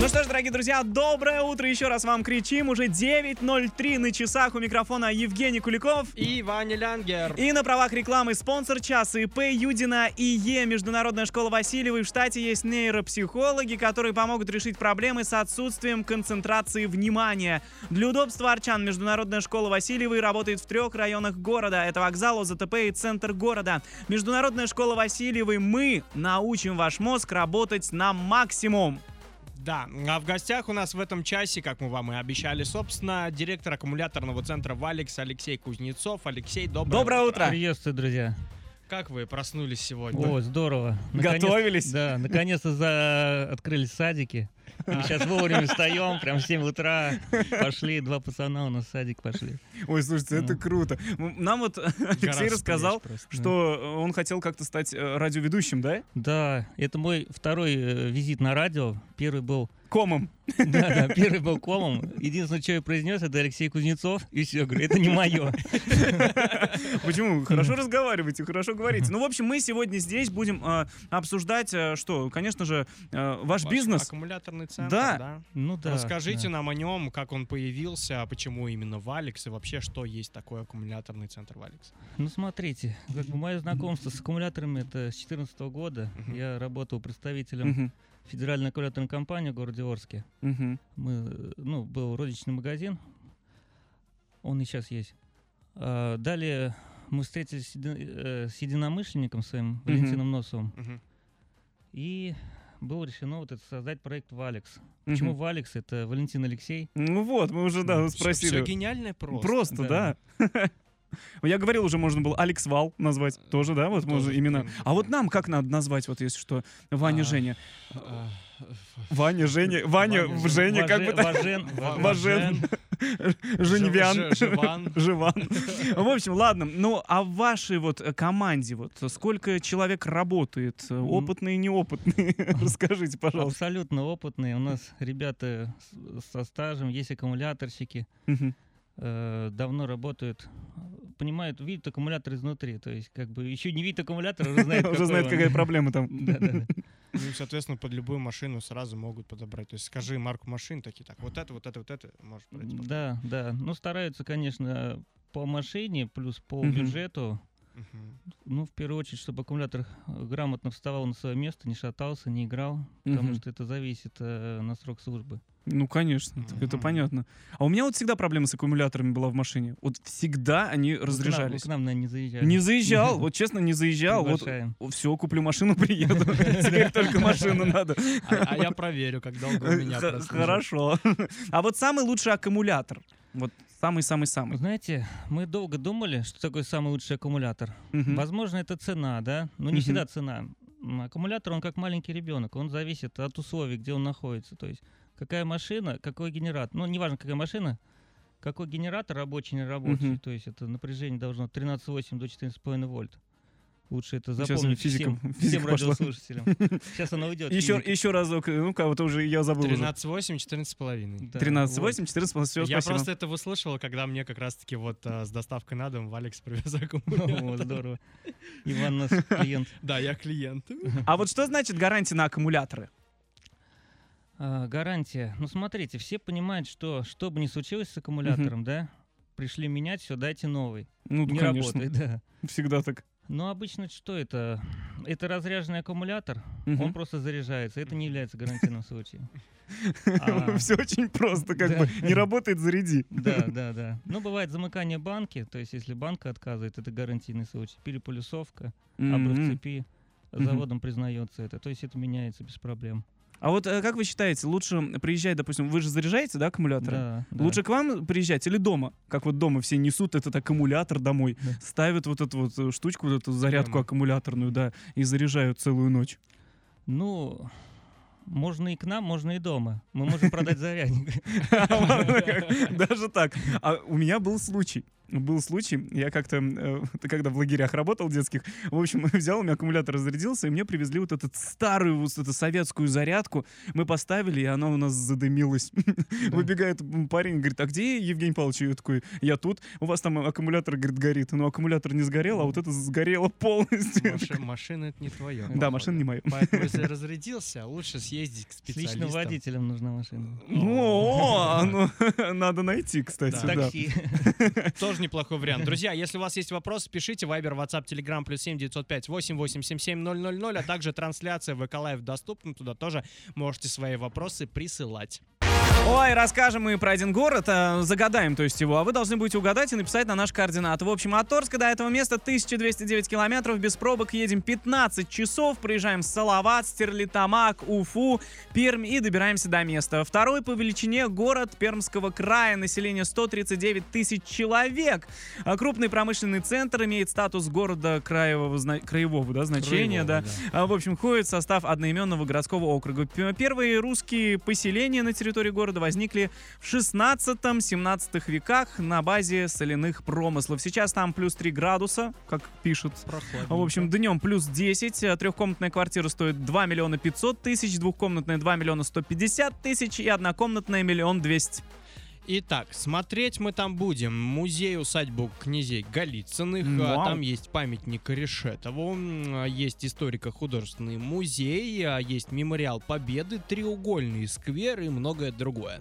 Ну что ж, дорогие друзья, доброе утро. Еще раз вам кричим. Уже 9.03 на часах у микрофона Евгений Куликов. И Ваня Лянгер. И на правах рекламы спонсор часа ИП Юдина и Е. Международная школа Васильевой. В штате есть нейропсихологи, которые помогут решить проблемы с отсутствием концентрации внимания. Для удобства арчан Международная школа Васильевой работает в трех районах города. Это вокзал, ОЗТП и центр города. Международная школа Васильевой. Мы научим ваш мозг работать на максимум. Да, а в гостях у нас в этом часе, как мы вам и обещали, собственно, директор аккумуляторного центра «Валекс» Алексей Кузнецов. Алексей, доброе, Доброе утро. Приветствую, друзья. Как вы проснулись сегодня? О, здорово. Готовились? Да, наконец-то за... открылись садики. Мы сейчас вовремя встаем, прям в 7 утра. Пошли, два пацана у нас в садик пошли. Ой, слушайте, это Ну. круто. М- Нам вот Алексей встреч рассказал, просто, да. что э, он хотел как-то стать э, радиоведущим, да? Да, это мой второй э, визит на радио. Первый был, Комом. да, да, первый был комом. Единственное, что я произнес, это Алексей Кузнецов. И все, говорю, это не мое. Почему? Хорошо разговариваете, хорошо говорите. Ну, в общем, мы сегодня здесь будем э, обсуждать, э, что, конечно же, э, ваш Ваш бизнес. Аккумуляторный центр, Да. да. Ну да. Расскажите да. нам о нем, как он появился, а почему именно «Валекс» и вообще, что есть такое аккумуляторный центр «Валекс». Ну смотрите, как бы мое знакомство с аккумуляторами это с 2014 года. Мгм. Я работал представителем Мгм, федеральной аккумуляторной компании в городе Орске. мгм. мы, э, ну, был розничный магазин, он и сейчас есть. А, далее мы встретились с еди- э, с единомышленником своим, Валентином Носовым, Мгм. и было решено вот это создать проект «Валекс». Почему Мгм. «Валекс»? Это Валентин Алексей. Ну вот, мы уже, да, Ну, Всё- всё спросили. гениальное просто. Просто, да. да. Я говорил, уже можно было Алекс Вал назвать тоже, да, вот Э, Тоже, можно в имена. принципе. А вот нам как надо назвать, вот если что, Ваня, А, Женя. А, Ваня, Женя, Ваня, Ваня, Женя, как Важе- бы так. Важен. Ва- Важен. Ж- Женьвян. Ж- Живан. Живан. В общем, ладно. Ну, а в вашей вот э, команде вот сколько человек работает? Э, Опытные, неопытные? Расскажите, пожалуйста. Абсолютно опытный. У нас ребята с- со стажем, есть аккумуляторщики, Мгм. э, давно работают, понимают, видят аккумулятор изнутри. То есть, как бы еще не видят аккумулятор, уже знает, Уже знает, какой он. какая проблема там. Да-да-да. Ну, и, соответственно, под любую машину сразу могут подобрать. То есть скажи марку машин, такие так, вот это, вот это, вот это, может брать. Да, да. Ну, стараются, конечно, по машине, плюс по Мгм. бюджету. Мгм. Ну, в первую очередь, чтобы аккумулятор э, грамотно вставал на свое место, не шатался, не играл, потому Мгм. что это зависит э, на срок службы. Ну, конечно, так это Мгм. понятно. А у меня вот всегда проблема с аккумуляторами была в машине. Вот всегда они Вы к нам- вы разряжались. К нам, наверное, не заезжали. Не заезжал, вот честно, не заезжал. Вот Приглашаем. все, куплю машину, приеду. Теперь только машину надо. А а я проверю, как долго у меня Э, Х- прослужит. Хорошо. А вот самый лучший аккумулятор. Вот самый-самый-самый. Знаете, мы долго думали, что такой самый лучший аккумулятор. Мгм. Возможно, это цена, да? Но не Мгм. всегда цена. М, Аккумулятор, он как маленький ребенок, он зависит от условий, где он находится. То есть какая машина, какой генератор. Ну, неважно, какая машина, какой генератор рабочий, не рабочий. Мгм. То есть это напряжение должно от 13,8 до 14,5 вольт. Лучше это Сейчас запомнить физикам- всем, физика всем пошла. радиослушателям. Сейчас она уйдет. Еще, еще разок, ну кого-то уже я забыл. уже. 13,8, 14,5. 13,8, 14, все, Я спасибо. просто это выслушал, а когда мне как раз-таки вот а, с доставкой на дом в Алекс привез Ну О, аккумулятор. здорово. Иван у нас клиент. Да, я клиент. А вот что значит гарантия на аккумуляторы? А, гарантия. Ну, смотрите, все понимают, что что бы ни случилось с аккумулятором, да, пришли менять, все, дайте новый. Ну, не конечно, работает, да. всегда так. Но обычно что это? Это разряженный аккумулятор, он просто заряжается. Это не является гарантийным случаем. Ну, А, Все очень просто, как Да. бы. Не работает, заряди. Да, да, да. Но бывает замыкание банки, то есть если банка отказывает, это гарантийный случай. Переполюсовка, обрыв Мгм. цепи, Мгм. заводом признается это. То есть это меняется без проблем. А вот э, как вы считаете, лучше приезжать, допустим, вы же заряжаете, да, аккумуляторы? Да, да. Лучше к вам приезжать или дома? Как вот дома все несут этот аккумулятор домой, Да. ставят вот эту вот э, штучку, вот эту зарядку Прямо. аккумуляторную, да, и заряжают целую ночь. Ну, можно и к нам, можно и дома. Мы можем продать зарядник. Даже так. А у меня был случай. был случай, я как-то, э, когда в лагерях работал детских, в общем, взял, у меня аккумулятор разрядился, и мне привезли вот эту старую, вот эту советскую зарядку, мы поставили, и она у нас задымилась. Выбегает парень, говорит, а где Евгений Павлович? Я такой, я тут, у вас там аккумулятор, говорит, горит. Но аккумулятор не сгорел, а вот это сгорело полностью. Я Маши- Машина это не твое. Да, машина не моя. Поэтому, если разрядился, лучше съездить к С личным специалистам. водителем нужна машина. О, ну, надо найти, кстати, да. Такси. Тоже неплохой вариант. Друзья, если у вас есть вопросы, пишите. Вайбер, ватсап, телеграм, плюс семь девятьсот пять восемь восемь семь семь ноль ноль ноль, а также трансляция ВК Лайв доступна. Туда тоже можете свои вопросы присылать. Ой, расскажем мы про один город, а, загадаем, то есть его, а вы должны будете угадать и написать на наш координат. В общем, от Торска до этого места 1209 километров, без пробок едем 15 часов, проезжаем Салават, Стерлитамак, Уфу, Пермь и добираемся до места. Второй по величине город Пермского края, население 139 тысяч человек. А Крупный промышленный центр имеет статус города краевого, зна- краевого да, значения, Краевого, да. А, В общем, входит в состав одноименного городского округа. П- Первые русские поселения на территории города возникли в 16-17 веках на базе соляных промыслов. Сейчас там плюс 3 градуса, как пишут. Прохладненько. А, В общем, днем плюс 10. а, Трехкомнатная квартира стоит 2 миллиона 500 тысяч, двухкомнатная 2 миллиона 150 тысяч и однокомнатная миллион 200. Итак, смотреть мы там будем. Музей-усадьбу князей Голицыных. а, Вау. Там есть памятник Решетову, м, а, есть историко-художественный музей, а, есть мемориал Победы, треугольный сквер и многое другое.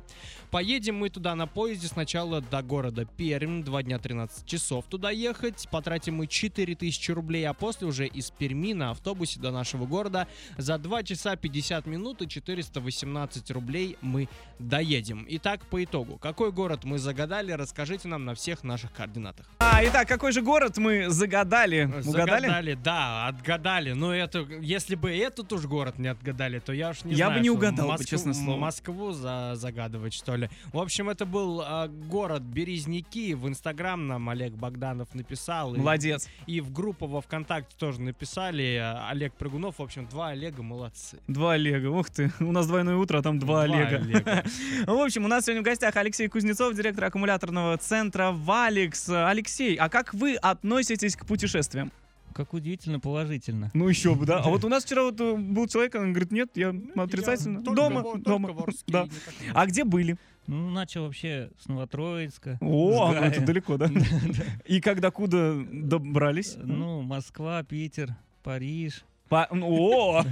Поедем мы туда на поезде сначала до города Пермь, 2 дня 13 часов туда ехать. Потратим мы 4000 рублей, а после уже из Перми на автобусе до нашего города за 2 часа 50 минут и 418 рублей мы доедем. Итак, по итогу. Какой город мы загадали, расскажите нам на всех наших координатах. А, итак, какой же город мы загадали? Угадали? Загадали, да, отгадали. Но это, если бы этот уж город не отгадали, то я уж не Я знаю, бы не что, угадал бы, Москву- честное слово. Москву за- загадывать, что ли. В общем, это был а, город Березники. В Инстаграм нам Олег Богданов написал. и- Молодец. И в группу во ВКонтакте тоже написали. а, Олег Прыгунов. В общем, два Олега молодцы. Два Олега. Ух ты, у нас двойное утро, а там два, Олега. В общем, у нас сегодня в гостях Алексей Кузнецов, директор аккумуляторного центра «Валикс». Алексей, а как вы относитесь к путешествиям? Как удивительно положительно. Ну еще бы, да? А вот у нас вчера вот э, был человек, он говорит, нет, я Ну, отрицательно. дома, дома. Да. А где были? Ну, начал вообще с Новотроицка. О, с ну это Гая. далеко, да? И как докуда добрались? Ну, Москва, Питер, Париж. По- О!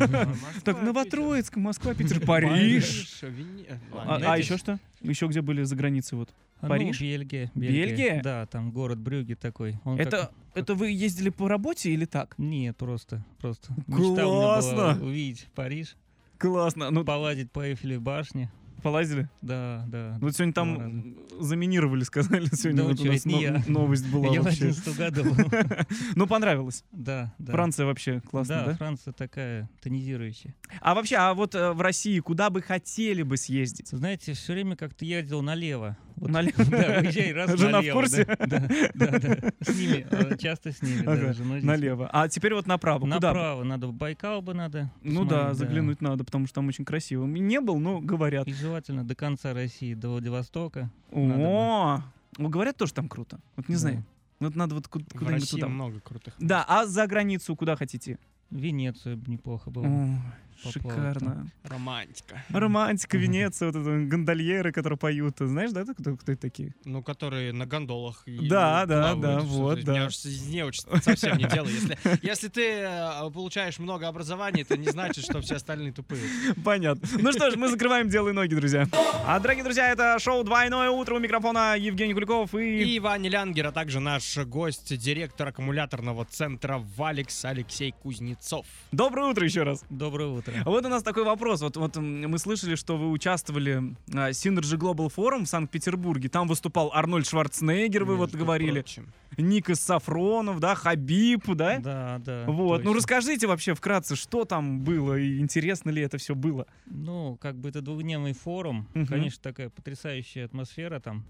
Так, Новотроицк, Москва, Питер, Париж. А а еще что? Еще где были за границей вот? А, Париж? Ну, Бельгия, Бельгия? Да, там город Брюги такой. Он как- Это, это вы ездили по работе или так? Нет, просто, просто. Мечта у меня была Классно! увидеть Париж, Классно. Ну, полазить по Эйфелевой башне. полазили? Да, да. Вот Ну, сегодня там Два раза. заминировали, сказали. Сегодня Да вот у чё, нас это не но- я. новость была Я в вообще. 11 году. Ну, понравилось. Да, да. Франция вообще классно, да, да? Франция такая тонизирующая. А вообще, а вот э, в России куда бы хотели бы съездить? Знаете, все время как-то ездил налево. Вот, Налево? Да, уезжай раз Жена в налево, курсе? Да, да, да. С ними, э, часто с ними, Ага, да, женой здесь. Налево. А теперь вот направо. Куда бы? Направо надо, в Байкал бы надо. Ну посмотреть, да, заглянуть надо, потому что там очень красиво. Не был, но говорят. И желательно до конца России, до Владивостока. надо бы. О, ну, говорят тоже там круто. Вот не Да. знаю. Вот надо вот куд- В куда-нибудь России туда. много крутых. Да, а за границу куда хотите? Венецию б неплохо было. Ой, там. Шикарно. Романтика. Романтика, Венеция, вот это гондольеры, которые поют. Знаешь, да, кто, кто это такие? Ну, которые на гондолах. и Да, да, плавают, да, что-то. вот, да. Меня уж с- не уж совсем не дело. Если, если ты э, получаешь много образования, это не значит, что все остальные тупые. Понятно. Ну что ж, мы закрываем «Делай ноги», друзья. А, дорогие друзья, это шоу «Двойное утро» у микрофона Евгений Куликов и... И Ваня Лянгер, а также наш гость, директор аккумуляторного центра «Валекс» Алексей Кузнецов. Доброе утро еще раз. Доброе утро. А Вот у нас такой вопрос. Вот, вот м, мы слышали, что вы участвовали а, Synergy Global Forum в Санкт-Петербурге. Там выступал Арнольд Шварценеггер, вы вот Между говорили. прочим. Никас Сафронов, да, Хабиб, да? Да, да. Вот, ну точно. расскажите вообще вкратце, что там было и интересно ли это все было? Ну, как бы это двухдневный форум. Мгм. Конечно, такая потрясающая атмосфера там.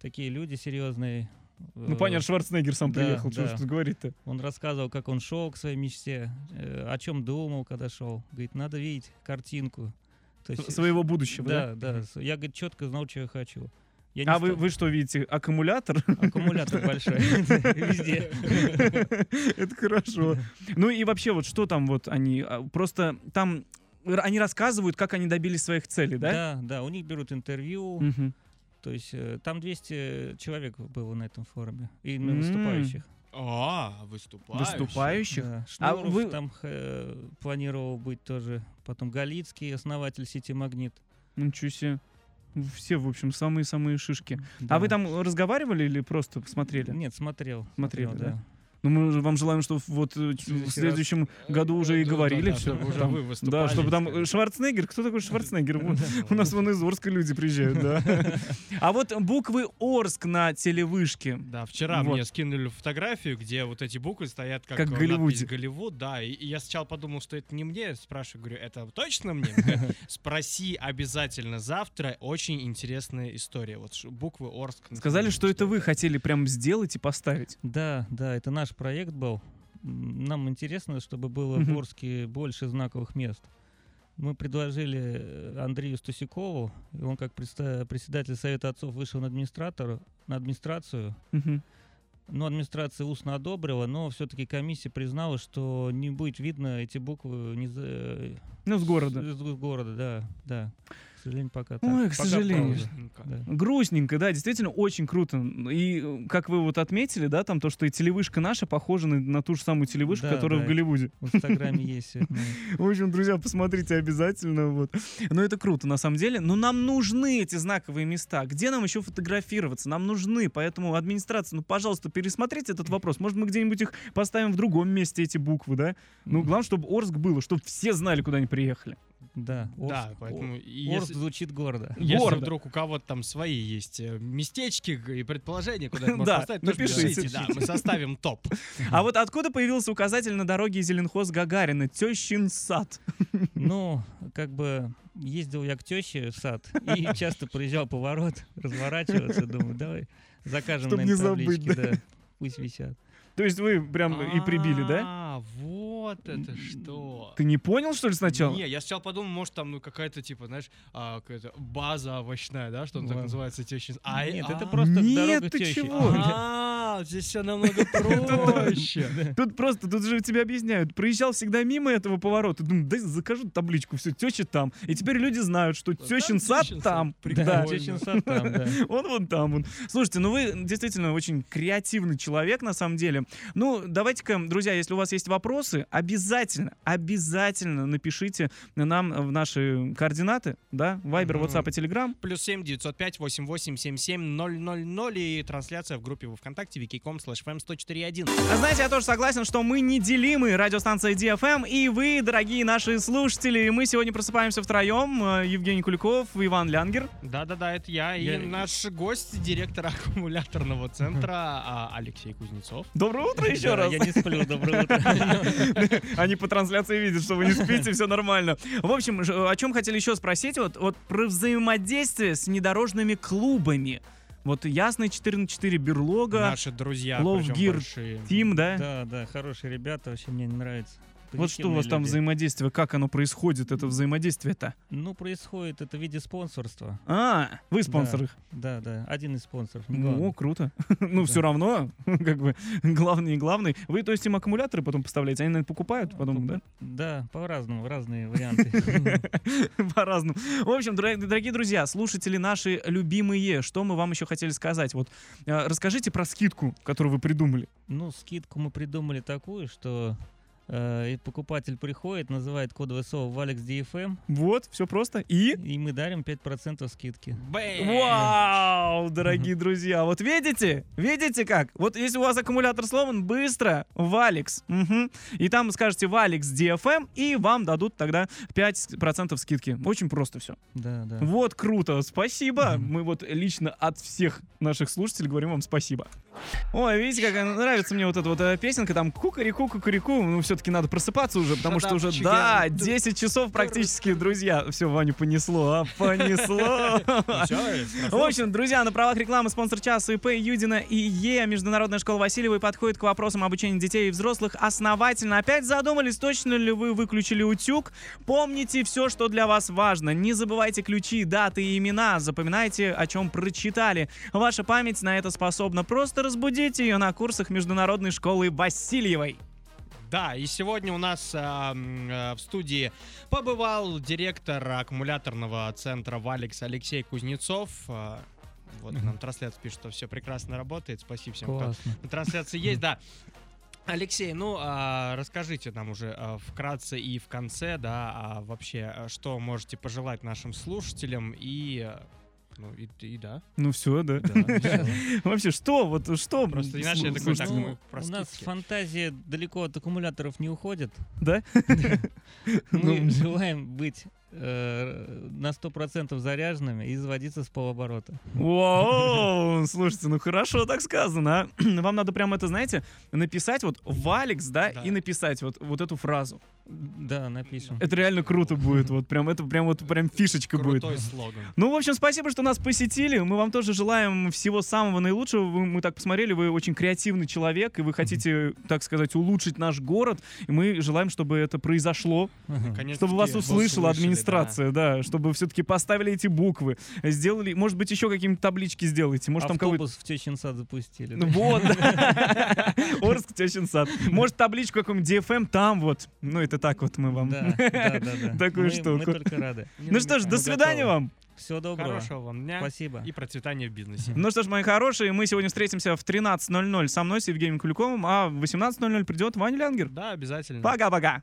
Такие люди серьезные. Ну, понятно, Шварценеггер сам да, приехал, что да. ж тут говорит-то? Он рассказывал, как он шел к своей мечте, э, о чем думал, когда шел. Говорит, надо видеть картинку. То С- Своего будущего, да? да, да. с- Я, говорит, четко знал, чего я хочу. Я не А вы, ста- вы что видите, аккумулятор? Аккумулятор большой везде. Это хорошо. Ну и вообще, вот что там вот они, а, просто там р- они рассказывают, как они добились своих целей, да? Да, да, у них берут интервью, Мгм. то есть э, там 200 человек было на этом форуме, и ну, М. выступающих. А, выступаешь. Выступающих. Да, А Шнуров вы- там э, планировал быть тоже, потом Галицкий, основатель сети «Магнит». Ну, Ничего себе. Все, в общем, самые-самые шишки. А Да. вы там разговаривали или просто посмотрели? Нет, смотрел. Смотрели, Ну, мы же вам желаем, что вот э, ч- в следующий следующем году уже и Да, говорили да, все. чтобы уже вы Да, выступали, чтобы там э, скажем. Шварценеггер, кто такой Шварценеггер? Вот, У нас вон из Орска люди приезжают, да. А вот буквы Орск на телевышке. Да, вчера Вот. мне скинули фотографию, где вот эти буквы стоят как, Как в э, Голливуде. надпись Голливуд, да. И, и я сначала подумал, что это не мне, спрашиваю, говорю, это точно мне? Она говорит, Спроси обязательно завтра, очень интересная история. Вот ш- буквы Орск. на Сказали, телевизоре что это вы хотели прям сделать и поставить. Да, да, это наш проект был. М, Нам интересно, чтобы было в Мгм. Орске больше знаковых мест. Мы предложили э, Андрею Стусикову, и он как предста- председатель Совета отцов вышел на, администратора, на администрацию. Мгм. Но администрация устно одобрила, но все-таки комиссия признала, что не будет видно эти буквы не за- Ну, с города. С, с города, да, да. К сожалению, пока так. Ой, к Пока сожалению. пауза. Грустненько. Да. Грустненько, да, действительно очень круто. И э, как вы вот отметили, да, там то, что и телевышка наша похожа на, на ту же самую телевышку, Да, которая да, в это- Голливуде. В Инстаграме есть. всё это, ну. В общем, друзья, посмотрите обязательно. Вот. Но это круто, на самом деле. Но нам нужны эти знаковые места. Где нам еще фотографироваться? Нам нужны. Поэтому администрация, ну, пожалуйста, пересмотрите этот вопрос. Может, мы где-нибудь их поставим в другом месте, эти буквы, да? Ну, главное, чтобы Орск было, чтобы все знали, куда они приехали. Да, Орск. Да, поэтому и Орск если- звучит гордо. Если Города. вдруг у кого-то там свои есть э, местечки г- и предположения, куда это Да, можно поставить, тоже напишите. пишите, да, мы составим топ. А вот откуда появился указатель на дороге Зеленхоз Гагарина? Тещин сад. Ну, как бы ездил я к теще в сад и часто проезжал поворот, разворачиваться, думаю, давай закажем Чтоб на не забыть, таблички, да. Пусть висят. То есть вы прям и прибили, да? А, вот это что. Ты не понял, что ли, сначала? Не, я сначала подумал, может, там ну, какая-то, типа, знаешь, а, какая-то база овощная, да, что он так Ладно. называется, тещин. А, Нет, это а, просто Нет, дорога ты тещи. чего? А, здесь все намного проще. Тут просто, тут же тебе объясняют. Проезжал всегда мимо этого поворота. Думаю, да закажу табличку, все, теща там. И теперь люди знают, что тещин сад тёщин сад. там. Да, Да. Тещин сад там, да. Он вон там, он. Слушайте, ну вы действительно очень креативный человек, на самом деле. Ну, давайте-ка, друзья, если у вас есть вопросы, обязательно, обязательно напишите нам в наши координаты, да, Вайбер, Мгм. WhatsApp и Telegram. Плюс семь девятьсот пять восемь восемь семь семь ноль ноль ноль и трансляция в группе во ВКонтакте викиком слэш фм сто четыре один. А знаете, я тоже согласен, что мы неделимы, радиостанция DFM, и вы, дорогие наши слушатели. Мы сегодня просыпаемся втроем. э, Евгений Куликов, Иван Лянгер. Да-да-да, это я, Я- и наш гость, директор аккумуляторного центра а, Алексей Кузнецов. Доброе утро еще Да, раз. Я не сплю, доброе утро. Они по трансляции видят, что вы не спите, все нормально. В общем, ж- о чем хотели еще спросить, вот, вот про взаимодействие с внедорожными клубами. Вот ясный 4 на 4 берлога, Наши друзья, Лов причем Гир, большие. Тим, да? Да, да, хорошие ребята, вообще мне они нравятся. Вот что у вас Позитивные там люди. взаимодействие, как оно происходит, это взаимодействие-то? Ну, происходит это в виде спонсорства. А, вы спонсор Да. их. Да, да, один из спонсоров. не Ну, главный. круто. ну, Да. все равно, как бы, главный и главный. Вы, то есть, им аккумуляторы потом поставляете, они, наверное, покупают потом, да? Да, по-разному, разные варианты. По-разному. В общем, дорог- дорогие друзья, слушатели наши любимые, что мы вам еще хотели сказать? Вот э, расскажите про скидку, которую вы придумали. Ну, скидку мы придумали такую, что э, и покупатель приходит, называет кодовое слово Валекс DFM, Вот, все просто. И... Эм, и мы дарим 5% скидки. Э. Бэм! Вау, дорогие друзья, вот видите, видите как? Вот если у вас аккумулятор сломан, быстро в Алекс. Мгм. И там скажете в Алекс DFM, и вам дадут тогда 5% скидки. Очень просто все. Да, да. Вот круто, спасибо. Мгм. Мы вот лично от всех наших слушателей говорим вам спасибо. Ой, видите, как она- нравится мне вот эта вот э, песенка, там кукареку, кукареку, ну все-таки надо просыпаться уже, потому Shut что up, уже, chicken. да, Ду- 10 часов практически, друзья. Все, Ваню понесло, а понесло. В общем, друзья, на правах рекламы спонсор часа ИП Юдина и Е. Международная школа Васильевой подходит к вопросам обучения детей и взрослых основательно. Опять задумались, точно ли вы выключили утюг? Помните все, что для вас важно. Не забывайте ключи, даты и имена. Запоминайте, о чем прочитали. Ваша память на это способна. Просто разбудите ее на курсах Международной школы Васильевой. Да, и сегодня у нас а, м, а, в студии побывал директор аккумуляторного центра Валекс Алексей Кузнецов. А, Вот нам трансляция пишет, что все прекрасно работает. Спасибо всем, кто Классно. на трансляции есть, да. Алексей, ну а, расскажите нам уже а, вкратце и в конце, да, а вообще, а, что можете пожелать нашим слушателям и, а, ну и, и да. Ну все, да. да, всё. Вообще, что? Вот что? Просто иначе я слушайте, такой так, ну, ну, про у нас скидки. фантазия далеко от аккумуляторов не уходит. Да? Мы Ну. желаем быть э, на 100% заряженными и заводиться с полоборота. Вау, слушайте, ну хорошо так сказано, а. Вам надо прям это, знаете, написать вот Валекс, да, Да. и написать вот, вот эту фразу. Да, напишем. Это реально круто будет, вот прям это прям вот прям фишечка будет. Крутой слоган. Ну, в общем, спасибо, что нас посетили. Мы вам тоже желаем всего самого наилучшего. Вы- мы так посмотрели, вы очень креативный человек, и вы хотите, так сказать, улучшить наш город. И мы желаем, чтобы это произошло Наконец-таки чтобы вас услышала услышали, администрация, да. чтобы все-таки поставили эти буквы, сделали, может быть, еще какие-нибудь таблички сделайте, может, там кого-то... Автобус в Тёчин сад запустили. Ну Вот, да. Орск, Тещин сад. Может, табличку какую-нибудь DFM там вот. Ну, это так вот мы вам. Да, да, да, да. Такую Мы- Мы штуку. только рады. да. Ну что ж, до Мы свидания готовы. вам. Всего доброго. Хорошего вам дня Спасибо. и процветания в бизнесе. Ну что ж, мои хорошие, мы сегодня встретимся в 13.00 со мной, с Евгением Куликовым, а в 18.00 придет Ваня Лянгер. Да, обязательно. Пока-пока.